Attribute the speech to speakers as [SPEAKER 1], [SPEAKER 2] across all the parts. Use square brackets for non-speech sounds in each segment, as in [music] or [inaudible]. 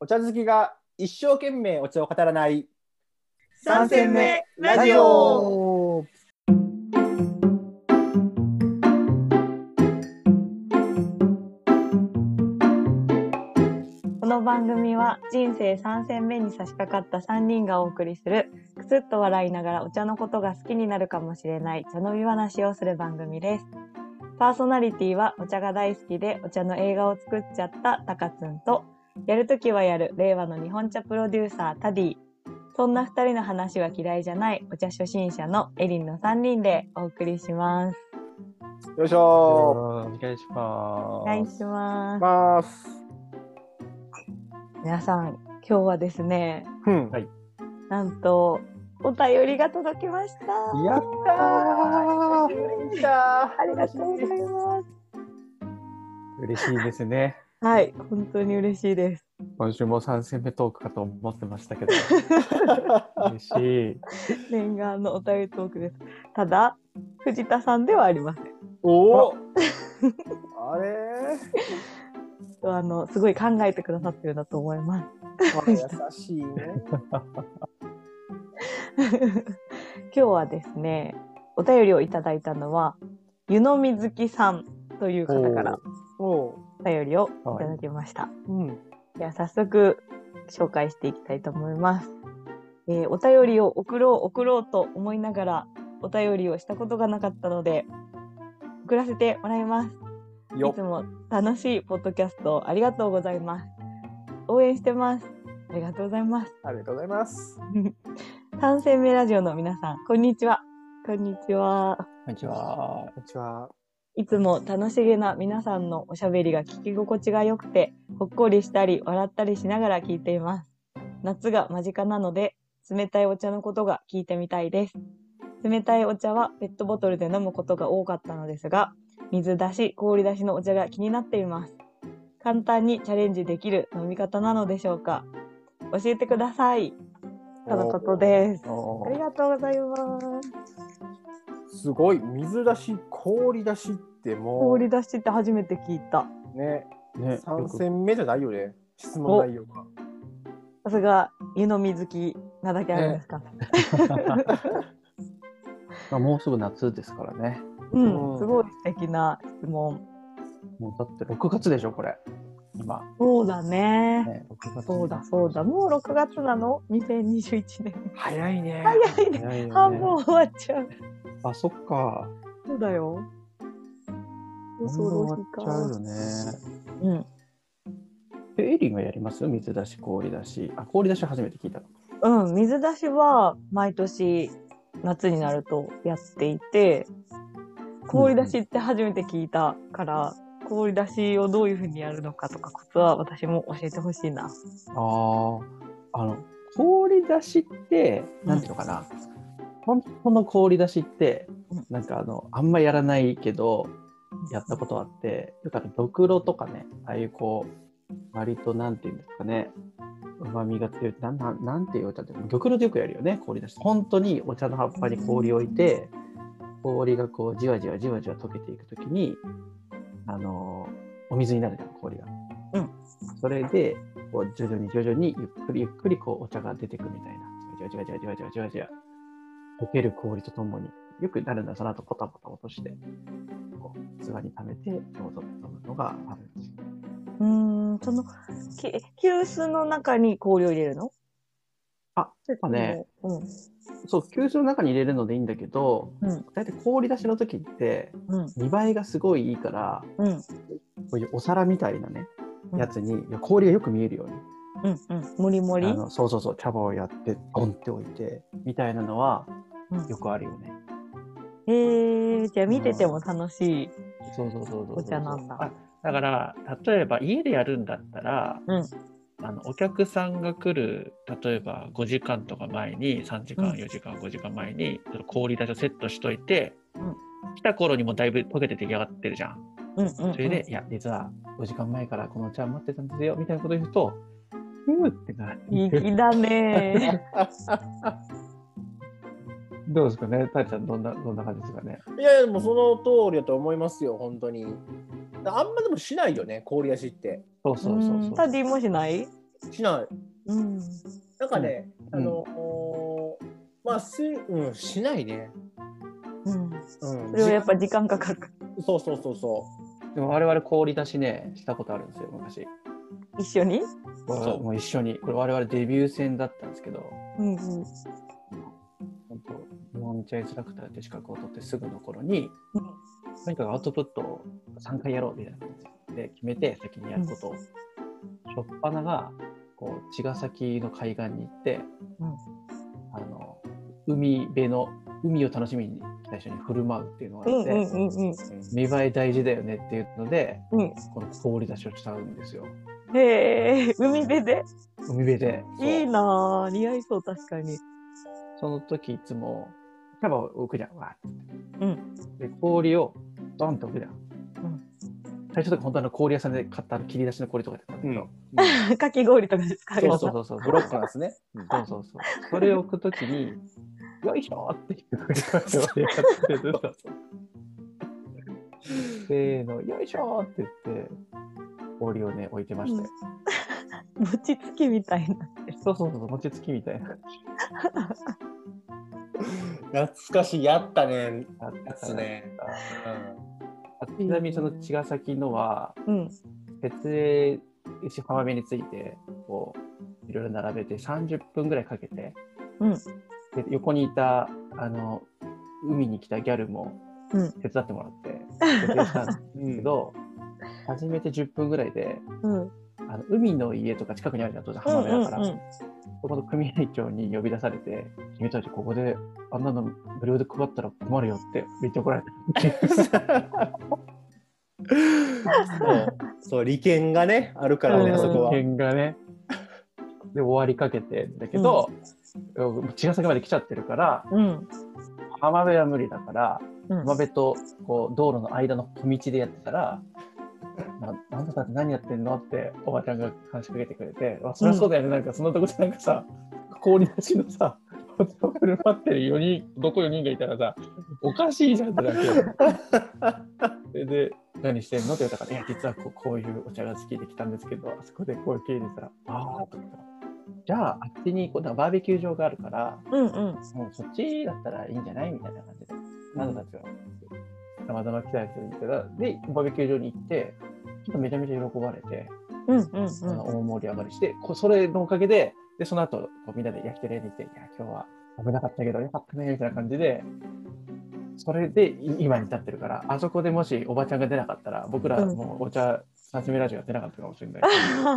[SPEAKER 1] お茶好きが一生懸命お茶を語らない
[SPEAKER 2] 三戦目ラジ
[SPEAKER 3] オ
[SPEAKER 2] この番組は人生3戦目に差し掛かった3人がお送りするくすっと笑いながらお茶のことが好きになるかもしれない茶飲み話をする番組ですパーソナリティはお茶が大好きでお茶の映画を作っちゃったたかつんとやるときはやる令和の日本茶プロデューサータディそんな2人の話は嫌いじゃないお茶初心者のエリンの3人でお送りします
[SPEAKER 1] よいしょ
[SPEAKER 3] お願いし
[SPEAKER 2] お
[SPEAKER 3] ま
[SPEAKER 2] 願い
[SPEAKER 3] す。
[SPEAKER 2] します
[SPEAKER 1] ます。
[SPEAKER 2] 皆さん今日はですね
[SPEAKER 1] うん
[SPEAKER 3] はい
[SPEAKER 2] なんとお便りが届きました
[SPEAKER 3] やっ
[SPEAKER 1] やったー来た
[SPEAKER 2] ありがとうございます。
[SPEAKER 3] 嬉しいですね。
[SPEAKER 2] はい、本当に嬉しいです。
[SPEAKER 3] 今週も3戦目トークかと思ってましたけど、
[SPEAKER 1] ー
[SPEAKER 3] 嬉しい。
[SPEAKER 2] 念願のお便りトークです。ただ、藤田さんではありません。ち
[SPEAKER 1] おおあれ
[SPEAKER 2] ょっとあの、すごい考えてくださってるんだと思います。
[SPEAKER 1] ーまあ優しいね。
[SPEAKER 2] 今日はですね、お便りをいただいたのは、湯の水木さんという方から
[SPEAKER 1] おう
[SPEAKER 2] お便りをいただきました。
[SPEAKER 1] うん。
[SPEAKER 2] では早速紹介していきたいと思います、えーお便りを送ろう送ろうと思いながらお便りをしたことがなかったので送らせてもらいますい
[SPEAKER 1] よ
[SPEAKER 2] つも楽しいポッドキャストありがとうございます応援してますありがとうございます
[SPEAKER 1] ありがとうございます。
[SPEAKER 2] 三戦目ラジオの皆さんこんにちはこんにちは
[SPEAKER 3] こんにちは。
[SPEAKER 1] こんにちは。
[SPEAKER 2] いつも楽しげな皆さんのおしゃべりが聞き心地が良くて、ほっこりしたり笑ったりしながら聞いています。夏が間近なので、冷たいお茶のことが聞いてみたいです。冷たいお茶はペットボトルで飲むことが多かったのですが、水出し、氷出しのお茶が気になっています。簡単にチャレンジできる飲み方なのでしょうか教えてください。とのことです。
[SPEAKER 3] お
[SPEAKER 2] あり
[SPEAKER 3] ー
[SPEAKER 2] がとうございます。
[SPEAKER 1] すごい水出し氷出しっても
[SPEAKER 2] 氷出しって初めて聞いた。
[SPEAKER 1] うね
[SPEAKER 3] ね、
[SPEAKER 1] 三
[SPEAKER 3] よ
[SPEAKER 1] 戦目じゃないよね質問内容が。
[SPEAKER 2] さすが湯の水着なだけあるんですか、
[SPEAKER 3] [laughs] くまあもうすぐ夏ですからね。
[SPEAKER 2] うん、
[SPEAKER 1] うん
[SPEAKER 2] すごい素敵な質問
[SPEAKER 3] もうだって6月でしょ、これ。今。
[SPEAKER 2] そうだね
[SPEAKER 3] ね、6月
[SPEAKER 2] そうだそうだもう6月なの2021年
[SPEAKER 1] 早いね。
[SPEAKER 2] 早いね
[SPEAKER 3] 早いよね
[SPEAKER 2] 半分終わっちゃう
[SPEAKER 3] あ、そっか。
[SPEAKER 2] そうだよ恐ろしい
[SPEAKER 3] 半分終わっ
[SPEAKER 2] か
[SPEAKER 3] ちゃうよね。
[SPEAKER 2] うん
[SPEAKER 3] えエイリンがやります水出し、氷出し。あ、氷出し初めて聞いた。
[SPEAKER 2] うん、水出しは毎年夏になるとやっていて氷出しって初めて聞いたから、氷出しをどういうふうにやるのかとかコツは私も教えてほしいな。
[SPEAKER 3] ああ、あの、氷出しって、なんていうのかな。本当の氷出しって
[SPEAKER 2] うん、
[SPEAKER 3] なんかあの、あんまやらないけど、やったことあって、だから、ドクロとかね、ああいうこう、割と、なんていうんですかね、うまみが強い、なんなんなんていうお茶って、ドクロでよくやるよね、氷出し。本当にお茶の葉っぱに氷を置いて、氷がこう、じわじわじわじわ溶けていくときに、あのーお水になるじゃん、氷が。
[SPEAKER 2] うん
[SPEAKER 3] それで、こう徐々に徐々にゆっくりゆっくりこうお茶が出てくみたいな。じわじわじわじわじわじわじわじわ。溶ける氷とともに。よくなるんだ、その後ポタポタ落として、こう、器に溜めて、どうぞ飲むのがあるんですよ。
[SPEAKER 2] うーん、その、き急須の中に氷を入れるの
[SPEAKER 3] あ、やっぱね、。
[SPEAKER 2] うん。
[SPEAKER 3] そう、急須の中に入れるのでいいんだけど、
[SPEAKER 2] うん
[SPEAKER 3] 大体氷出しの時って、
[SPEAKER 2] うん。
[SPEAKER 3] 見栄えがすごいいいから、
[SPEAKER 2] うん。
[SPEAKER 3] こういうお皿みたいなね、
[SPEAKER 2] うん
[SPEAKER 3] やつに、いや氷がよく見えるように。
[SPEAKER 2] うん。うん。もりもり。
[SPEAKER 3] あのそうそうそう茶葉をやってゴンって置いてみたいなのは
[SPEAKER 2] うん
[SPEAKER 3] よくあるよね。
[SPEAKER 2] えー、じゃあ見てても楽しい。
[SPEAKER 3] そうそうそうそう
[SPEAKER 2] お茶なんだ
[SPEAKER 3] あだから例えば家でやるんだったら、
[SPEAKER 2] うん
[SPEAKER 4] あのお客さんが来る例えば5時間とか前に3時間
[SPEAKER 2] うん
[SPEAKER 4] 4時間5時間前にちょっと氷出しをセットしといて、
[SPEAKER 2] うん
[SPEAKER 4] 来た頃にもうだいぶ溶けて出来上がってるじゃん。
[SPEAKER 2] うんうん、うん。
[SPEAKER 4] それで、いや実は5時間前からこのお茶待ってたんですよみたいなこと言うと「うん」ってなる
[SPEAKER 2] 粋だね
[SPEAKER 3] どうですかねたいちゃんどんなどんな感じですかね。
[SPEAKER 1] いやいや、でもその通りだと思いますよ、本当に。あんまでもしないよね、氷出しって。
[SPEAKER 3] [laughs] そうそうそうそう。
[SPEAKER 2] んタディもしない
[SPEAKER 1] しない。
[SPEAKER 2] うん。
[SPEAKER 1] なんかね、
[SPEAKER 3] うん
[SPEAKER 1] あの、おーまあし、うん、しないね。
[SPEAKER 2] うん。
[SPEAKER 1] うん
[SPEAKER 2] それはやっぱ時間かかる。
[SPEAKER 1] そうそうそうそう。
[SPEAKER 3] でも我々氷出しねしたことあるんですよ昔
[SPEAKER 2] 一緒に。
[SPEAKER 1] そう
[SPEAKER 3] もう一緒にこれ我々デビュー戦だったんですけど
[SPEAKER 2] うんうん。
[SPEAKER 3] 本当日本チャイズラクターって資格を取ってすぐの頃に
[SPEAKER 2] うん
[SPEAKER 3] とにかくアウトプットを3回やろうみたいな感じで決めて先にやることをしょっぱながこう茅ヶ崎の海岸に行って、
[SPEAKER 2] うん
[SPEAKER 3] あの海辺の海を楽しみに来た人に振る舞うっていうのがあ
[SPEAKER 2] う
[SPEAKER 3] っ
[SPEAKER 2] ん
[SPEAKER 3] て、
[SPEAKER 2] うんうん
[SPEAKER 3] 見栄え大事だよねっていうので
[SPEAKER 2] うん。
[SPEAKER 3] この氷出しを使うんですよ
[SPEAKER 2] うん。へえ、海辺で。
[SPEAKER 3] 海辺でそう
[SPEAKER 2] いいなあ似合いそう、確かに。
[SPEAKER 3] その時いつもキャバを置くじゃんわーって、
[SPEAKER 2] う
[SPEAKER 3] で氷をドンと置くじゃん、
[SPEAKER 2] ん
[SPEAKER 3] 最初とか本当あの氷屋さんで買ったあの切り出しの氷とかだったんだけど、
[SPEAKER 2] かき氷とかですか。
[SPEAKER 3] そうそうそうそう
[SPEAKER 1] ブロックなんですね。
[SPEAKER 3] そうそうそう。それを置くときに、よいしょっていう感じでやってるの。せーの、よいしょって言って、氷をね、置いてましたよ。
[SPEAKER 2] [laughs] 餅つきみたいな。
[SPEAKER 3] そうそうそう、餅つきみたいな。
[SPEAKER 1] 懐かしい、やったね。
[SPEAKER 3] あっ
[SPEAKER 1] や
[SPEAKER 3] た
[SPEAKER 1] つ
[SPEAKER 3] ね。
[SPEAKER 1] ね。
[SPEAKER 3] あちなみにその茅ヶ崎のは、
[SPEAKER 2] うん。
[SPEAKER 3] 設営石浜辺について、こう、いろいろ並べて30分ぐらいかけて、
[SPEAKER 2] うん
[SPEAKER 3] で横にいた、あの、海に来たギャルも
[SPEAKER 2] うん
[SPEAKER 3] 手伝ってもらって、設営したんです
[SPEAKER 1] う
[SPEAKER 3] け。ど、初めて10分ぐらいで
[SPEAKER 2] うん。
[SPEAKER 3] あの海の家とか近くにあるじゃん当然
[SPEAKER 2] うん
[SPEAKER 3] 浜辺だから、
[SPEAKER 2] うんうん
[SPEAKER 3] そこの組合長に呼び出されて「君たちここであんなの無料で配ったら困るよ」ってめっちゃ怒
[SPEAKER 2] [laughs]
[SPEAKER 3] られた
[SPEAKER 1] そう、そう利権がね、あるから
[SPEAKER 2] う
[SPEAKER 1] ね、
[SPEAKER 2] ん
[SPEAKER 1] そこは。
[SPEAKER 3] 辺がねで終わりかけてだけど、茅ヶ崎まで来ちゃってるから
[SPEAKER 2] うん。
[SPEAKER 3] 浜辺は無理だから
[SPEAKER 2] うん
[SPEAKER 3] 浜辺とこう道路の間の小道でやってたら「ななんだだって何やってんの?」っておばちゃんが話しかけてくれて「あそりゃそうだよね、なんかそんなとこじゃなんかさ氷出しのさ振る舞ってる4人どこ4人がいたらさおかしいじゃんってなってでで何してんのって言ったから「いや実はこうこういうお茶が好きで来たんですけどあそこでこういう経緯でさああ」とか。じゃああっちにこうなんかバーベキュー場があるから
[SPEAKER 2] うんうん。
[SPEAKER 3] もうそっちだったらいいんじゃないみたいな感じでなんだっけなたまたま来た人に言ったら、で、バーベキュー場に行って、ちょっとめちゃめちゃ喜ばれて、
[SPEAKER 2] うんうん
[SPEAKER 3] あの大盛り上がりして、こそれのおかげで、で、その後、こうみんなで焼き鳥屋に行って、いや、今日は危なかったけど、よかったね、みたいな感じで、それでい今に至ってるから、あそこでもしおばちゃんが出なかったら、僕ら
[SPEAKER 2] うん
[SPEAKER 3] もうお茶、さすみラジオが出なかったかもしれない。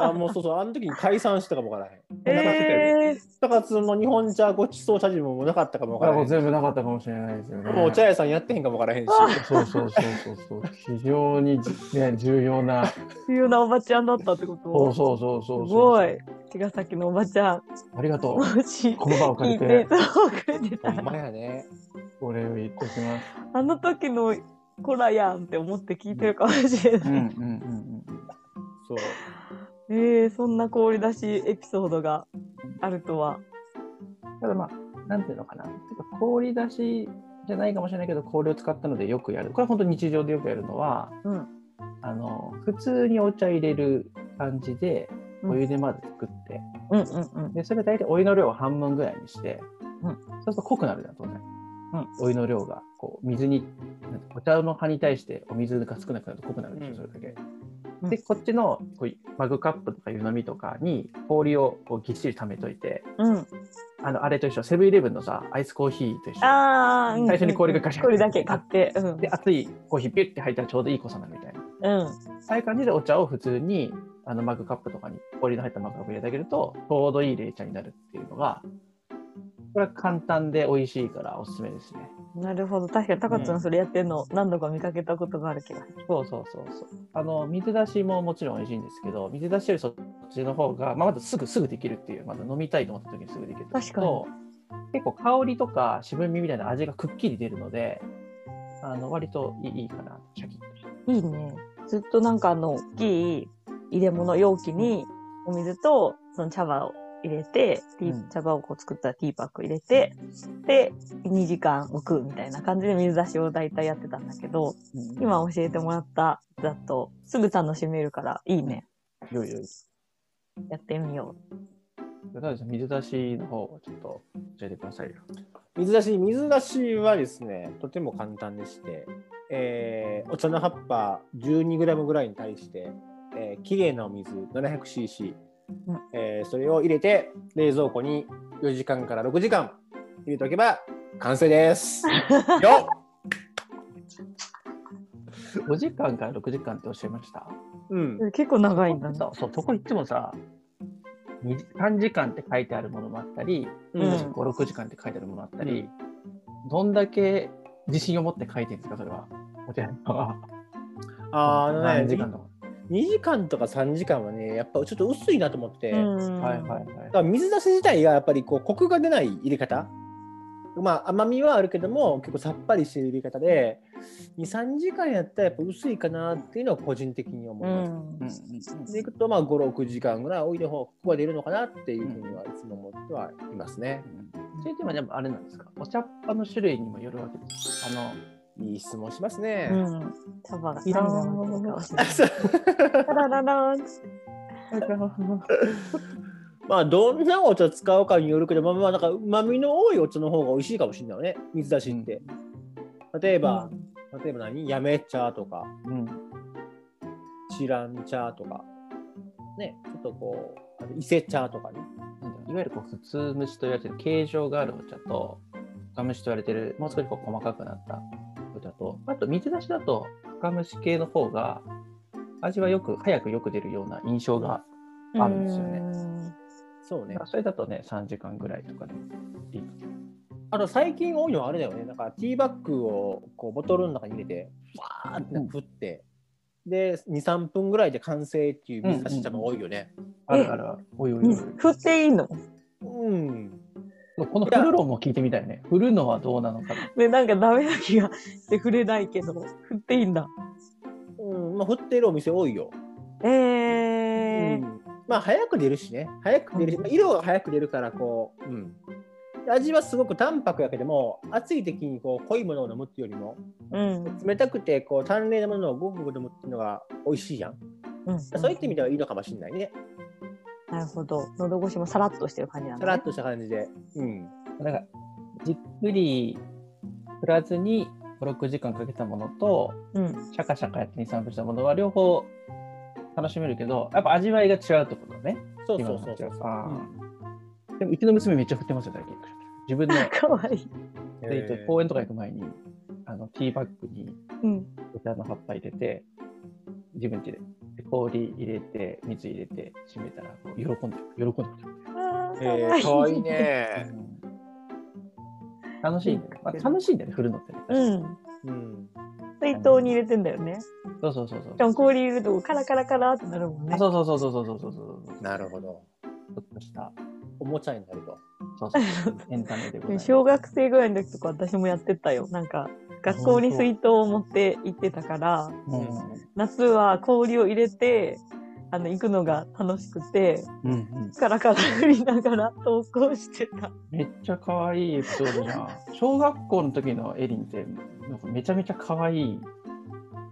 [SPEAKER 1] あ、もうそうそう、あの時に解散したかもわからへん。
[SPEAKER 2] え
[SPEAKER 3] なかったよね
[SPEAKER 2] え
[SPEAKER 1] 高津の日本茶ごちそう茶事もなかったかもわから
[SPEAKER 3] も
[SPEAKER 1] へ。
[SPEAKER 3] うん全部なかったかもしれないですよね。
[SPEAKER 1] もうお茶屋さんやってへんかもわからへんし。
[SPEAKER 3] そうそうそうそうそう、非常にじ、ね、重要な。
[SPEAKER 2] 重要なおばちゃんだったってこ
[SPEAKER 3] そ
[SPEAKER 2] と
[SPEAKER 3] うそうそうそうそう。
[SPEAKER 2] すごい。。茅ヶ崎のおばちゃん。
[SPEAKER 3] ありがとう。
[SPEAKER 2] [laughs] もし
[SPEAKER 3] この場を借り
[SPEAKER 2] 聞い
[SPEAKER 3] て
[SPEAKER 2] て、そうくれて
[SPEAKER 1] ほ
[SPEAKER 2] た
[SPEAKER 1] ん
[SPEAKER 2] ら
[SPEAKER 1] まやね。
[SPEAKER 3] お礼を言っておきます。
[SPEAKER 2] あの時の子らやんって思って聞いてるかもしれ
[SPEAKER 3] う
[SPEAKER 2] なんい。
[SPEAKER 3] うんうんうん。
[SPEAKER 1] そう。
[SPEAKER 2] ええそんな氷出しエピソードがあるとは。
[SPEAKER 3] ただまあ、なんていうのかな、氷出しじゃないかもしれないけど、氷を使ったのでよくやる。これは本当に日常でよくやるのは、
[SPEAKER 2] うん
[SPEAKER 3] あの普通にお茶入れる感じで、
[SPEAKER 2] うん
[SPEAKER 3] お湯でまず作って、
[SPEAKER 2] うんうんうん。
[SPEAKER 3] でそれ大体お湯の量を半分ぐらいにして、
[SPEAKER 2] うん
[SPEAKER 3] そうすると濃くなるじゃん、当然。
[SPEAKER 2] うん
[SPEAKER 3] お湯の量がこう水になんてお茶の葉に対してお水が少なくなると濃くなるんですよ、それだけ。
[SPEAKER 2] うん
[SPEAKER 3] でこっちのこうマグカップとか湯飲みとかに氷をこうぎっしり溜めといて
[SPEAKER 2] うん。
[SPEAKER 3] あのあれと一緒セブンイレブンのさアイスコーヒーと一緒
[SPEAKER 2] ああ、うんうんうん
[SPEAKER 3] 最初に氷がガシャッ
[SPEAKER 2] 氷だけ買って。うん。
[SPEAKER 3] で熱いコーヒーピュッて入ったらちょうどいい濃さになるみたいな
[SPEAKER 2] うん。
[SPEAKER 3] ああいう感じでお茶を普通にあのマグカップとかに氷の入ったマグカップに入れてあげるとちょうどいい冷茶になるっていうのがこれは簡単で美味しいからおすすめですね
[SPEAKER 2] なるほど。確かに、タカちゃんそれやってんの何度か見かけたことがある気がする。
[SPEAKER 3] そうそうそうそうあの水出しももちろん美味しいんですけど水出しよりそっちの方が、まあ、まずすぐすぐできるっていうまず飲みたいと思った時にすぐできるっていうのと結構香りとか渋みみたいな味がくっきり出るのであの割といいいいかなシャキッとして
[SPEAKER 2] いいね。ずっとなんかあの、大きい入れ物容器に、お水と、その茶葉を入れて、ティー
[SPEAKER 3] うん
[SPEAKER 2] 茶葉をこう作ったティーパック入れて、で、2時間置くみたいな感じで水出しを大体やってたんだけど、今教えてもらっただと、すぐ楽しめるからいいね。
[SPEAKER 3] いよいよい
[SPEAKER 2] やってみよ
[SPEAKER 3] じゃあ水出しの方をちょっと教えてくださいよ。
[SPEAKER 1] 水出し、水出しはですね、とても簡単でして、えーお茶の葉っぱ 12g ぐらいに対して、えー、きれいなお水 700cc、
[SPEAKER 2] うん
[SPEAKER 1] えーそれを入れて、冷蔵庫に4時間から6時間入れておけば完成
[SPEAKER 3] [laughs]
[SPEAKER 1] です。よっ
[SPEAKER 3] 5時間から6時間っておっしゃいました
[SPEAKER 1] うん
[SPEAKER 2] う。結構長いんだね。
[SPEAKER 3] そうそう、そこいつもさ、に3時間って書いてあるものもあったり、
[SPEAKER 2] うん
[SPEAKER 3] 5、6時間って書いてあるものもあったり、どんだけ自信を持って書いてるんですか、それは。お手本は。
[SPEAKER 1] あーあのね
[SPEAKER 3] 何時間とか。
[SPEAKER 1] 2時間とか3時間はね、やっぱちょっと薄いなと思って、
[SPEAKER 2] うん
[SPEAKER 3] はいはい
[SPEAKER 1] だか
[SPEAKER 3] は
[SPEAKER 1] ら水出し自体がやっぱりこうコクが出ない入れ方、まあ、甘みはあるけども結構さっぱりしてる入れ方で23時間やったらやっぱ薄いかなっていうのは個人的に思
[SPEAKER 2] う
[SPEAKER 1] います。
[SPEAKER 2] ん
[SPEAKER 3] い。
[SPEAKER 1] でいくとまあ56時間ぐらい置いた方がコクが出るのかなっていうふうにはいつも思ってはいますね。
[SPEAKER 3] それでもでもあれなんですか、お茶っ葉の種類にもよるわけです。あの、
[SPEAKER 2] [laughs]
[SPEAKER 1] いい質問しますね。 [laughs]
[SPEAKER 2] うん。茶葉が何がなってるか教えて。
[SPEAKER 1] そう
[SPEAKER 2] タラララーン
[SPEAKER 1] まあどんなお茶使うかによるけど、まあ、まあなんかうまみの多いお茶の方が美味しいかもしれないよね水出しって。例えば、例えば何やめ茶とか。
[SPEAKER 3] うん。
[SPEAKER 1] チラン茶とか、ね、ちょっとこう、あの伊勢茶とかね。
[SPEAKER 3] なんだろういわゆるこう普通虫と言われてる形状があるお茶と、深蒸しと言われてる、もう少しこう細かくなったお茶と、あと水出しだと深蒸し系の方が、味はよく、早くよく出るような印象が、あるんですよね
[SPEAKER 2] ね。
[SPEAKER 1] そうね。
[SPEAKER 3] それだとね、3時間ぐらいとかでいいか
[SPEAKER 1] あと最近多いのはあれだよね。なんかティーバッグをこうボトルの中に入れて、ファーって振って、で、2、3分ぐらいで完成っていう水出し茶も多いよね。
[SPEAKER 3] あるあるある。おいおいおいおい。
[SPEAKER 2] 振っていいの
[SPEAKER 1] うん。
[SPEAKER 3] この振る論も聞いてみたいね。振るのはどうなのか。
[SPEAKER 2] ね、なんかダメな気がして触れないけど、振っていいんだ。
[SPEAKER 1] うん。まあ、振ってるお店多いよ。
[SPEAKER 2] え
[SPEAKER 1] う
[SPEAKER 2] ー。
[SPEAKER 1] ん。まあ、早く出るしね。早く出るし、まあ色が早く出るから、こう、うん。で味はすごく淡白やけども、暑い時にこう濃いものを飲むっていうよりも、
[SPEAKER 2] うん。
[SPEAKER 1] 冷たくてこう淡麗なものをごくごく飲むっていうのが美味しいやん。
[SPEAKER 2] うん、
[SPEAKER 1] そういった意味ではいいのかもしれないね。
[SPEAKER 2] なるほど。喉越しもさらっとしてる感じなん
[SPEAKER 1] さ
[SPEAKER 2] だ、
[SPEAKER 1] ら
[SPEAKER 2] ね
[SPEAKER 1] っ。とした感じで。うん。
[SPEAKER 3] なんか、じっくり振らずに5、6時間かけたものと、
[SPEAKER 2] うん。
[SPEAKER 3] シャカシャカやって2、3分したものは両方楽しめるけど、やっぱ味わいが違うってことね。
[SPEAKER 1] そうそうそうそう。
[SPEAKER 3] うんでもうちの娘めっちゃ振ってますよ、最近。自分の
[SPEAKER 2] かわいい。
[SPEAKER 3] でいて公園とか行く前にあのティーバッグに
[SPEAKER 2] うん。
[SPEAKER 3] お茶の葉っぱ入れて、自分家でで氷入れて、水入れて、閉めたらこう喜んでる、喜んでる。
[SPEAKER 2] あー
[SPEAKER 1] えー、かわいい。ね。
[SPEAKER 3] 楽しいんだよね、まあ楽しいんだよね、振るのってね。
[SPEAKER 2] うん。
[SPEAKER 1] うん。
[SPEAKER 2] 水筒に入れてんだよね。
[SPEAKER 3] そうそうそうそう。
[SPEAKER 2] でも氷入れるとカラカラカラってなるもんね
[SPEAKER 3] あ。そうそうそうそうそうそうそうそう。
[SPEAKER 1] なるほど。
[SPEAKER 3] ちょっとした。
[SPEAKER 1] おもちゃになると。
[SPEAKER 3] そうそう。エンタメでございます。
[SPEAKER 2] [laughs] 小学生ぐらいの時とか私もやってたよ。なんか、学校に水筒を持って行ってたから、
[SPEAKER 3] うん
[SPEAKER 2] 夏は氷を入れて、あの、行くのが楽しくて、
[SPEAKER 3] うんうん、
[SPEAKER 2] カラカラ振りながら投稿してた。
[SPEAKER 3] めっちゃ可愛いエピソードじ
[SPEAKER 2] [laughs]
[SPEAKER 3] ゃん。小学校の時のエリンって、なんかめちゃめちゃ可愛い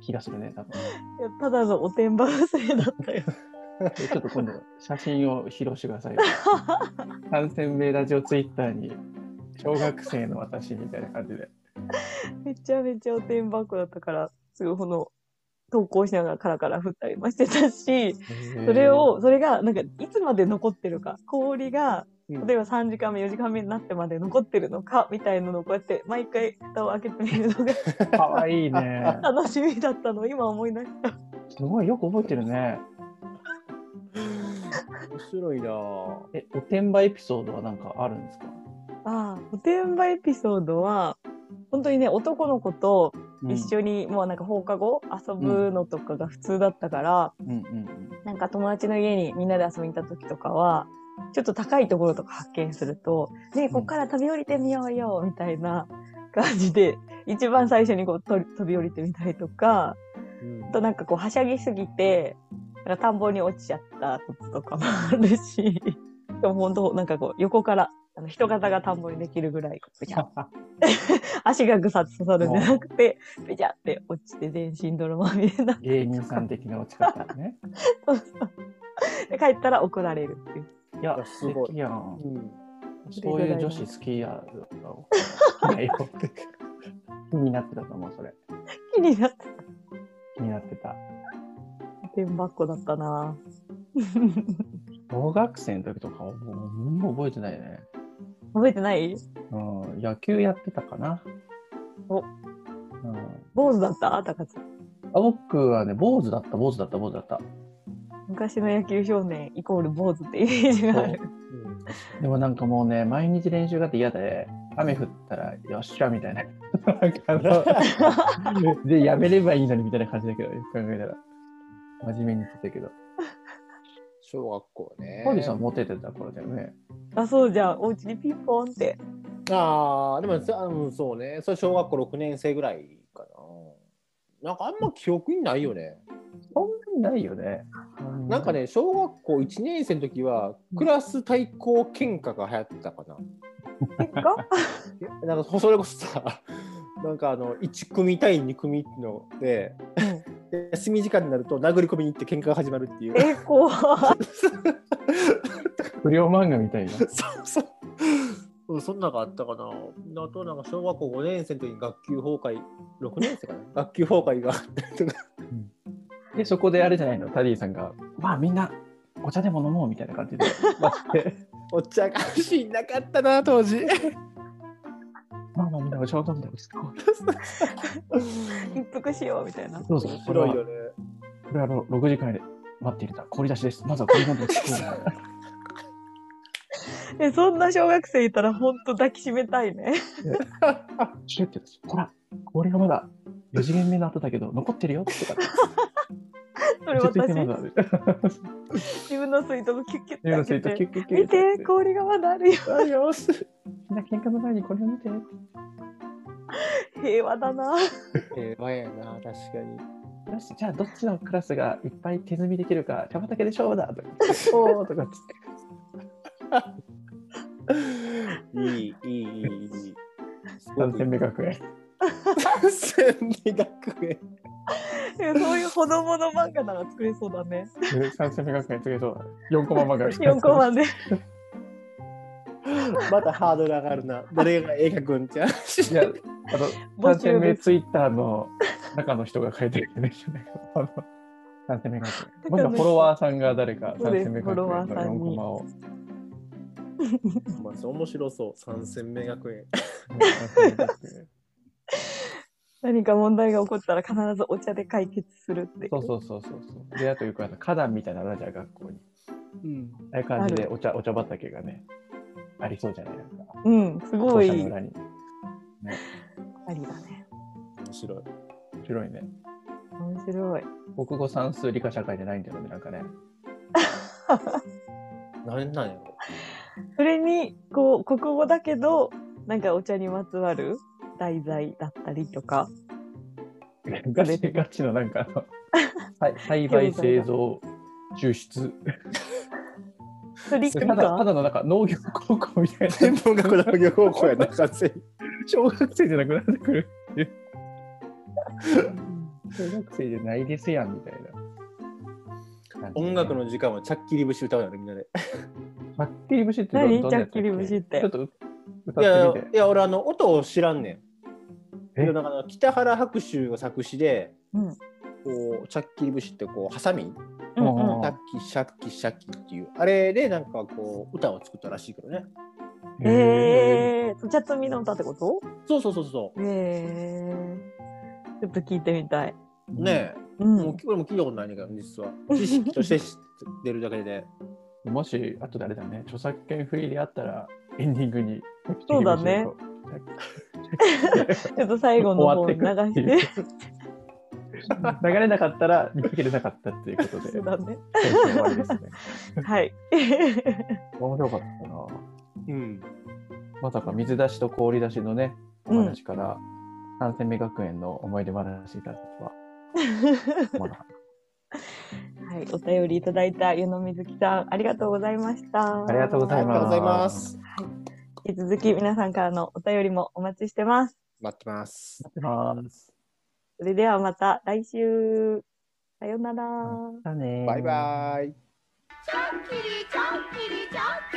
[SPEAKER 3] 気がするね、多分。
[SPEAKER 2] いやただのおてんば娘だったよ。
[SPEAKER 3] えちょっと今度、写真を披露してくださいよ。感染名ラジオツイッターに、小学生の私みたいな感じで。
[SPEAKER 2] [laughs] めちゃめちゃおてんばっ子だったから、すぐこの、投稿しながらカラカラ振ったりもしてたし、それを、それが、なんか、いつまで残ってるか、氷が、
[SPEAKER 1] うん
[SPEAKER 2] 例えば3時間目、4時間目になってまで残ってるのか、みたいなのをこうやって、毎回蓋を開けてみるのが
[SPEAKER 3] 可愛いね。
[SPEAKER 2] [laughs] 楽しみだったの、今思い出した。
[SPEAKER 3] すごいよく覚えてるね。
[SPEAKER 1] 面白いなぁ
[SPEAKER 3] え、おてんばエピソードはなんかあるんですか
[SPEAKER 2] ああ、おてんばエピソードは、本当にね、男の子と
[SPEAKER 3] うん
[SPEAKER 2] 一緒に、もうなんか放課後遊ぶのとかが普通だったから、
[SPEAKER 3] うんうん
[SPEAKER 2] なんか友達の家にみんなで遊びに行った時とかは、ちょっと高いところとか発見すると、ねえこっから飛び降りてみようよ、みたいな感じで、一番最初にこうと飛び降りてみたりとか、あとなんかこうはしゃぎすぎて、なんか田んぼに落ちちゃったこととかもあるし、でも本当なんかこう横からあの人型が田んぼにできるぐらいこうビチャッ足がぐさっと刺さるんじゃなくてべちゃって落ちて全身泥まみれになって
[SPEAKER 3] 芸人さん的な落ち方だね。
[SPEAKER 2] で [laughs] 帰ったら怒られるっていう。
[SPEAKER 3] いや、
[SPEAKER 1] す
[SPEAKER 3] す
[SPEAKER 1] ごい
[SPEAKER 3] ごいやん。
[SPEAKER 1] うん
[SPEAKER 3] そういう女子好きやろ。いやよって気になってたと思う、それ。
[SPEAKER 2] 気になって
[SPEAKER 3] 気になってた。
[SPEAKER 2] てんばっこだったな
[SPEAKER 3] 小学生の時とかはもう何も覚えてないね。
[SPEAKER 2] 覚えてない
[SPEAKER 3] うん、野球やってたかな。
[SPEAKER 2] お
[SPEAKER 3] うん、
[SPEAKER 2] 坊主だった高津
[SPEAKER 3] あ僕はね、坊主だった、坊主だった、坊主
[SPEAKER 1] [laughs]
[SPEAKER 3] だった。
[SPEAKER 2] 昔の野球少年イコール坊主ってイメージがある
[SPEAKER 3] [laughs]
[SPEAKER 1] うん
[SPEAKER 3] でもなんかもうね、毎日練習があって嫌で、雨降ったらよっしゃみたいな。なんかあ
[SPEAKER 1] [laughs]
[SPEAKER 3] ので、やめればいいのにみたいな感じだけど、よく考えたら。真面目に言ってたけど。
[SPEAKER 1] 小学校ね
[SPEAKER 3] コーディさんモテてた頃だよね。
[SPEAKER 2] あそうじゃんお家にピンポンって
[SPEAKER 1] ああでもそあのそうねそれ小学校6年生ぐらいかななんかあんま記憶にないよね
[SPEAKER 3] そんなにないよね。
[SPEAKER 1] なんかね小学校1年生の時はクラス対抗喧嘩が流行ってたかな
[SPEAKER 2] 結果
[SPEAKER 1] いやなんかそれこそさ [laughs] なんかあの1組対2組っていうのでで [laughs] 休み時間になると殴り込みに行って喧嘩が始まるって
[SPEAKER 3] [laughs]
[SPEAKER 1] いう
[SPEAKER 2] え怖い
[SPEAKER 3] 不良漫画みたいな。
[SPEAKER 1] そうそううん [laughs] そんなのがあったかなあとなんか小学校5年生の時に学級崩壊6年生かな学級崩壊があったりとか
[SPEAKER 3] で、そこであれじゃないの、タディさんが、まあみんな、お茶でも飲もうみたいな感じで、まあ、で
[SPEAKER 1] お茶が欲しいなかったな当時
[SPEAKER 3] [laughs] まあまあみんなお茶を飲んで落ち着こ
[SPEAKER 2] 一服しようみたいな
[SPEAKER 3] う。どうぞ、
[SPEAKER 1] 面白いよね
[SPEAKER 3] これはろ6時間で待っていれた氷出しです。まずは氷飲んで落ち着こ
[SPEAKER 2] えそんな小学生いたらほんと抱きしめたいね
[SPEAKER 3] う。シュッてやつほら、氷がまだ4次元目の後だけど、残ってるよとか、
[SPEAKER 2] [laughs] それ
[SPEAKER 3] 落ち着いて
[SPEAKER 2] 私
[SPEAKER 3] まだある。
[SPEAKER 2] 自分の水筒をキュッキュッ
[SPEAKER 3] 自分の
[SPEAKER 2] て
[SPEAKER 3] スイート
[SPEAKER 2] 開
[SPEAKER 3] キュ
[SPEAKER 2] けて
[SPEAKER 3] ッキュッキュッ
[SPEAKER 2] 見て氷がまだあるよ
[SPEAKER 3] あよし。みんな喧嘩の前にこれを見て。
[SPEAKER 2] 平和だな
[SPEAKER 1] え和やな確かに
[SPEAKER 3] よし、じゃあどっちのクラスがいっぱい手積みできるか、茶畑で勝負だとか、
[SPEAKER 2] [laughs]
[SPEAKER 3] おーとかっつって。
[SPEAKER 1] [laughs] いいいいいいいいすご
[SPEAKER 3] 三
[SPEAKER 1] くい
[SPEAKER 3] 千
[SPEAKER 1] い
[SPEAKER 3] 目学園。
[SPEAKER 1] 千美学園
[SPEAKER 2] え [laughs] そういう子供の漫画なら作れそうだね
[SPEAKER 3] 三千目学園、次そうだ。四コマ漫画。
[SPEAKER 2] 4コマで
[SPEAKER 1] またハードル上がるな誰が絵描くんちゃう
[SPEAKER 3] いや、あの、
[SPEAKER 2] 募
[SPEAKER 3] 三
[SPEAKER 2] 集
[SPEAKER 3] 千
[SPEAKER 2] で
[SPEAKER 3] 名
[SPEAKER 2] す
[SPEAKER 3] ツイッターの中の人が書いてるん
[SPEAKER 2] [laughs]
[SPEAKER 3] ですよね。あの三千名学園。もしくはフォロワーさんが誰か
[SPEAKER 2] そう
[SPEAKER 3] 三
[SPEAKER 2] です
[SPEAKER 3] 千名
[SPEAKER 2] フォ
[SPEAKER 3] 学
[SPEAKER 2] ロワ
[SPEAKER 3] 園
[SPEAKER 2] ーさ
[SPEAKER 3] の
[SPEAKER 2] ん
[SPEAKER 3] 四
[SPEAKER 2] に
[SPEAKER 3] コマを。
[SPEAKER 1] [laughs] まあ、面白そう三千名学園
[SPEAKER 3] 三千名学園
[SPEAKER 2] 何か問題が起こったら必ずお茶で解決するっていう
[SPEAKER 3] そうそうそうそうそう。で、あとよくあの花壇みたいなのあるじゃん学校に。
[SPEAKER 1] うん
[SPEAKER 3] ああいう感じ
[SPEAKER 2] あ
[SPEAKER 3] でお茶お茶畑がね、ありそうじゃないですか。
[SPEAKER 2] うんすごい
[SPEAKER 3] 校舎の裏に。
[SPEAKER 2] ありだね
[SPEAKER 1] 面白い
[SPEAKER 3] 面白いね。
[SPEAKER 2] 面白い
[SPEAKER 3] 国語算数理科社会じゃないんだよね、なんか [laughs] ね。
[SPEAKER 1] 何なんやろ
[SPEAKER 2] それにこう国語だけどなんかお茶にまつわる題材だったりとか
[SPEAKER 3] ガチガチのなんか [laughs] あのはい栽培製造抽出。
[SPEAKER 2] それ
[SPEAKER 3] ただただのなんか農業高校みたいな
[SPEAKER 1] 天文学農業高校やな完全に
[SPEAKER 3] 小学生じゃなくなってくるっていう。小学生じゃないですやんみたいな。
[SPEAKER 1] 音楽の時間はチャッキリ節歌うよねみんなで
[SPEAKER 3] チャッキリ節ってど
[SPEAKER 2] 何
[SPEAKER 3] どんなやつだ
[SPEAKER 2] チャッキリ節って
[SPEAKER 3] ちょっと歌
[SPEAKER 1] いやい
[SPEAKER 3] ってみて。
[SPEAKER 1] や俺あの音を知らんねん
[SPEAKER 3] え
[SPEAKER 1] でもなんかあの北原白秋が作詞で
[SPEAKER 2] うんうん
[SPEAKER 1] こうチャッキリ節ってこうハサミ
[SPEAKER 2] うん
[SPEAKER 1] シャッキシャッキシャッキっていうあれでなんかこう歌を作ったらしいけどね
[SPEAKER 3] え
[SPEAKER 2] えー、お茶摘みの歌ってこと
[SPEAKER 1] そうそうそうそ
[SPEAKER 2] えー、ちょっと聞いてみたい。
[SPEAKER 1] うね
[SPEAKER 2] う、
[SPEAKER 1] え、もうん俺も聞いたことないねんだけど実は知識として知ってるだけで
[SPEAKER 3] もし、あと誰だね、著作権フリーであったら、エンディングに。
[SPEAKER 2] そうだ
[SPEAKER 3] [laughs]
[SPEAKER 2] ね。ちょっと最後の方に流し
[SPEAKER 3] 終わって
[SPEAKER 2] て。
[SPEAKER 3] [laughs] 流れなかったら、見つけれなかったっていうことで。
[SPEAKER 2] [laughs] そうだね。
[SPEAKER 3] 終わりですね。 [laughs]
[SPEAKER 2] はい。
[SPEAKER 3] 面白かったな。
[SPEAKER 1] うん
[SPEAKER 3] まさか水出しと氷出しのね、
[SPEAKER 2] う
[SPEAKER 3] お
[SPEAKER 2] ん
[SPEAKER 3] 話から、三
[SPEAKER 2] [laughs]
[SPEAKER 3] 千目学園の思い出話だとは思わなかっ
[SPEAKER 2] はい、お便りいただいた湯野瑞希さん、ありがとうございました。
[SPEAKER 3] ありがとうご
[SPEAKER 2] い
[SPEAKER 3] ざ
[SPEAKER 2] ま
[SPEAKER 3] い
[SPEAKER 1] ありがとうござい
[SPEAKER 3] ま
[SPEAKER 1] ますす。
[SPEAKER 2] す。引き続き皆さんからのお便りもお待ちしてます。
[SPEAKER 1] 待ってます。
[SPEAKER 3] 待ってます。
[SPEAKER 2] それではまた来週。さようなら。
[SPEAKER 3] だねー
[SPEAKER 1] バイバイ。
[SPEAKER 5] ちょっきりちょっきりちょっ